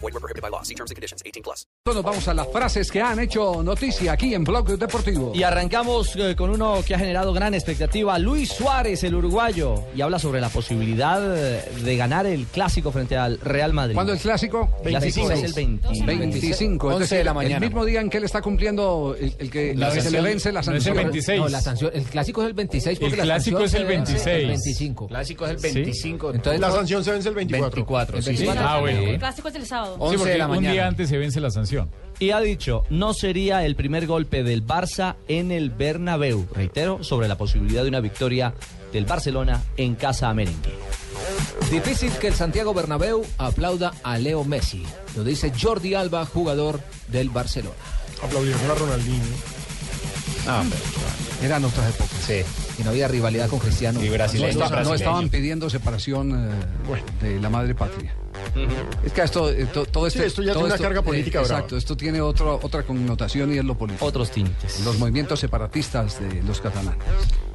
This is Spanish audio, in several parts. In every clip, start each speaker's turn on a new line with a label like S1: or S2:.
S1: Void were prohibited by law. See terms and conditions. 18 plus.
S2: Nos vamos a las frases que han hecho noticia aquí en Blog Deportivo.
S3: Y arrancamos eh, con uno que ha generado gran expectativa, Luis Suárez, el uruguayo, y habla sobre la posibilidad eh, de ganar el clásico frente al Real Madrid.
S2: ¿Cuándo el clásico?
S3: El clásico es el 20.
S2: 25, es
S4: 11 de
S2: decir,
S4: la mañana.
S2: El mismo día en que él está cumpliendo el, el que
S4: La
S2: el que se le
S4: sanción-
S2: vence la
S5: no es el
S2: sanción.
S5: 26.
S6: No, la sanción, el clásico es el 26. porque
S5: El
S6: la
S5: clásico
S6: sanción
S5: es el
S6: se vence
S5: 26.
S6: El 25.
S4: Clásico es el
S5: 25.
S6: Entonces,
S4: La
S6: todo-
S4: sanción se vence el 24.
S6: 24, sí, sí.
S5: 24. Ah, bueno.
S7: El clásico es el sábado.
S4: 11
S5: porque
S4: de la
S5: un día
S4: mañana.
S5: antes se vence la sanción.
S3: Y ha dicho, no sería el primer golpe del Barça en el Bernabéu. Reitero, sobre la posibilidad de una victoria del Barcelona en casa a merengue.
S6: Difícil que el Santiago Bernabéu aplauda a Leo Messi. Lo dice Jordi Alba, jugador del Barcelona.
S4: Aplaudieron a Ronaldinho.
S2: Eran otras épocas.
S4: Sí.
S6: Y no había rivalidad con Cristiano.
S4: Y
S2: No,
S4: brasileño.
S2: esta- no estaban pidiendo separación eh, de la madre patria. Es que esto, eh, to- todo
S4: Sí,
S2: este,
S4: esto ya
S2: todo
S4: tiene una carga
S2: eh,
S4: política brava.
S2: Exacto, esto tiene otro, otra connotación y es lo político.
S3: Otros tintes.
S2: Los movimientos separatistas de los catalanes.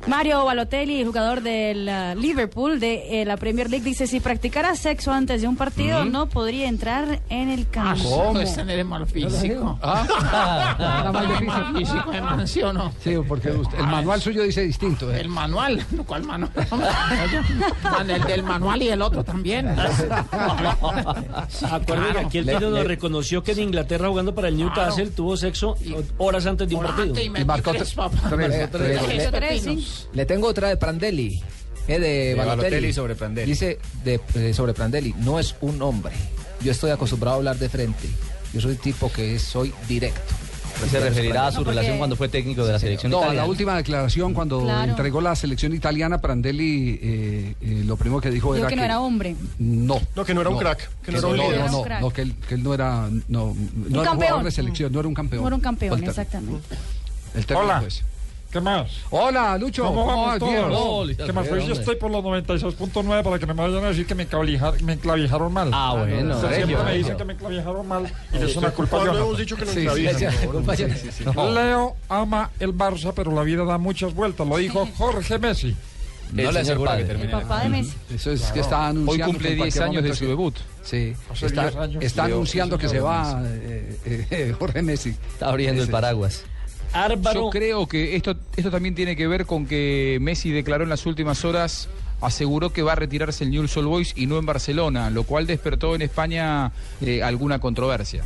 S7: Mario Balotelli, jugador del ah, Liverpool de eh, la Premier League, dice, si practicara sexo antes de un partido, no podría entrar en el campo.
S8: ¿Cómo? Es tener mal físico.
S2: Nada más
S8: Mal
S2: difícil.
S8: físico de mansión.
S2: Sí, porque usted- el
S3: Ah,
S2: manual suyo dice distinto. eh.
S8: El manual, ¿cuál manual? Oye, El del manual y el otro también.
S9: Acuérdense que aquí el Tino nos reconoció que en Inglaterra jugando para el Newcastle tuvo sexo horas antes de un partido.
S8: Y me
S2: Y marcó
S8: tres,
S2: tres-
S8: papá.
S2: tres- tres-
S7: Tres, tres, sí.
S6: Le tengo otra de Prandelli. eh, de, Balotelli.
S4: Balotelli sobre Prandelli.
S6: Dice de, eh, sobre Prandelli, no es un hombre. Yo estoy acostumbrado a hablar de frente. Yo soy tipo que soy directo.
S3: Se referirá a su
S7: No, porque-
S3: relación cuando fue técnico de Ah, la selección
S2: No, a
S3: italiana.
S2: la última declaración cuando
S7: Claro.
S2: entregó la selección italiana, Prandelli eh, eh, lo primero que dijo
S7: Dijo
S2: era
S7: que no era hombre.
S2: No.
S4: No, que no era un crack, que no era un
S2: no,
S4: líder.
S2: no, no,
S7: Un crack.
S2: no, que él, que él no era, no, no era
S7: campeón.
S2: jugador de selección, no era un campeón.
S7: No era un campeón,
S2: Fue el término.
S7: exactamente.
S2: El término pues.
S10: Hola.
S2: fue ese.
S10: ¿Qué más?
S2: Hola, Lucho.
S10: ¿Cómo vamos
S2: vas?
S10: todos?
S2: Bien.
S3: Gol,
S10: que más Pues
S3: hombre.
S10: yo estoy por los 96.9 para que no me vayan a decir que me, enclavija- me clavijaron mal.
S3: Ah, bueno,
S10: O sea,
S3: Sergio,
S10: siempre me
S3: Sergio.
S10: dicen que me clavijaron mal y es una culpa de
S4: No hemos
S10: Jonathan.
S4: dicho que no
S2: Sí, sí,
S4: enclavija,
S2: sí,
S4: por favor.
S10: Leo ama el Barça, pero la vida da muchas vueltas. Lo dijo Jorge Messi.
S3: El
S6: No le
S3: señor
S6: aseguro que
S3: padre.
S7: El papá de Messi.
S2: Eso es que está anunciando.
S4: Hoy cumple
S2: que en
S4: 10
S2: cualquier
S4: años de
S2: momento
S4: su
S2: que-
S4: debut.
S2: Sí,
S10: Hace
S2: está,
S10: 10 años.
S2: está
S10: Leo,
S2: anunciando
S10: sí,
S2: que se
S10: señor.
S2: va eh, eh, eh, Jorge Messi.
S3: Está abriendo el
S2: Ese.
S3: paraguas.
S9: Álvaro,
S11: Yo creo que esto, esto también tiene que ver con que Messi declaró en las últimas horas, aseguró que va a retirarse el Newell's Old Boys y no en Barcelona, lo cual despertó en España eh, alguna controversia.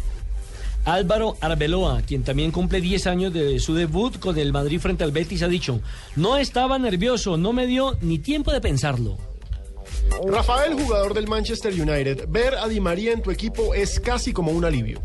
S9: Álvaro Arbeloa, quien también cumple 10 años de su debut con el Madrid frente al Betis, ha dicho, no estaba nervioso, no me dio ni tiempo de pensarlo.
S4: Rafael, jugador del Manchester United, ver a Di María en tu equipo es casi como un alivio.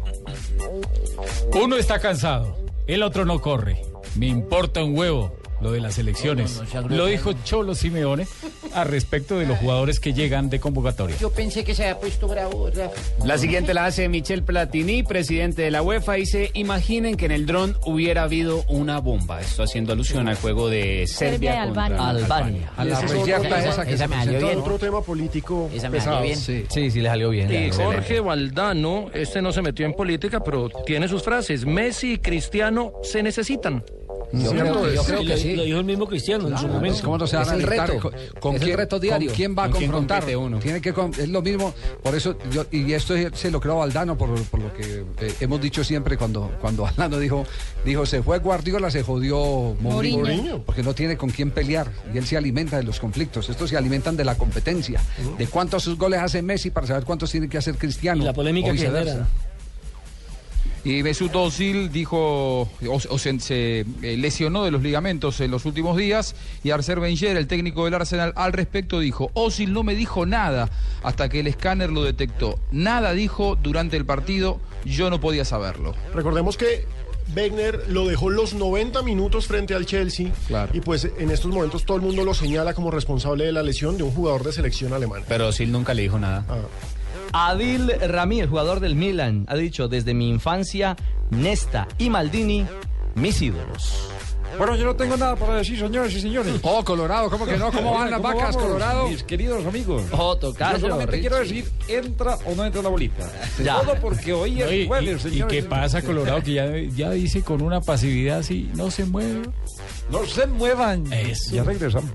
S5: Uno está cansado, el otro no corre. Me importa un huevo lo de las elecciones. lo dijo Cholo Simeone a respecto de los jugadores que llegan de convocatoria.
S8: Yo pensé que se había puesto bravo, Rafa.
S12: La siguiente la hace Michel Platini, presidente de la UEFA. Dice, imaginen que en el dron hubiera habido una bomba. Esto haciendo alusión al juego de
S7: Serbia y
S12: Serbia contra
S7: Albania.
S3: Albania.
S2: A la
S4: Ese es otro
S2: reyerta
S4: tema-
S2: esa que
S4: ese
S2: se
S4: es Otro tema político
S12: Esa me
S4: pesado.
S12: salió bien.
S2: Sí.
S3: Sí, sí, le salió bien. le salió bien.
S12: Jorge
S11: Valdano, este no se metió en política, pero tiene sus frases. Messi y Cristiano se necesitan.
S6: Yo creo, yo creo
S9: Y
S6: que
S9: lo,
S6: sí.
S9: lo dijo el mismo Cristiano en su momento.
S2: ¿Cómo no se van
S6: Es
S2: a
S6: el
S2: evitar?
S6: reto.
S2: ¿Con,
S6: Es el
S2: quién,
S6: reto diario.
S2: ¿Con quién va a
S12: ¿Con quién
S2: confrontar?
S12: compite uno?
S2: Tiene que con- es lo mismo. Por eso, yo- y esto es- se lo creo a Aldano, por, por lo que eh, hemos dicho siempre cuando, cuando Aldano dijo, dijo, se fue Guardiola, se jodió Mourinho,
S4: Mourinho.
S2: Porque no tiene con quién pelear. Y él se alimenta de los conflictos. Estos se alimentan de la competencia. De cuántos goles hace Messi para saber cuántos tiene que hacer Cristiano.
S9: Y la polémica
S2: o
S9: que
S2: viceversa.
S9: genera.
S11: Y Mesut Özil dijo, o, o se, se, eh, lesionó de los ligamentos en los últimos días y Arsène Wenger, el técnico del Arsenal, al respecto dijo, Özil no me dijo nada hasta que el escáner lo detectó. Nada dijo durante el partido, yo no podía saberlo.
S4: Recordemos que Wegner lo dejó los 90 minutos frente al Chelsea.
S2: Claro.
S4: Y pues en estos momentos todo el mundo lo señala como responsable de la lesión de un jugador de selección alemana.
S12: Pero Sil nunca le dijo nada.
S3: Adil Ramírez, jugador del Milan, ha dicho, desde mi infancia, Nesta y Maldini, mis ídolos.
S10: Bueno, yo no tengo nada para decir, señores y señores.
S2: Oh, Colorado, ¿cómo que no? ¿Cómo van las vacas, Colorado?
S10: Mis queridos amigos.
S3: Oh,
S5: Ah,
S10: Yo solamente quiero decir, ¿entra o no entra la bolita?
S5: Ya.
S10: Todo porque hoy
S5: No, y-
S10: es jueves,
S5: y, y
S10: señores.
S5: qué pasa, Colorado? Que ya, ya dice con una pasividad así, no se mueve.
S10: No se muevan. Ya regresamos.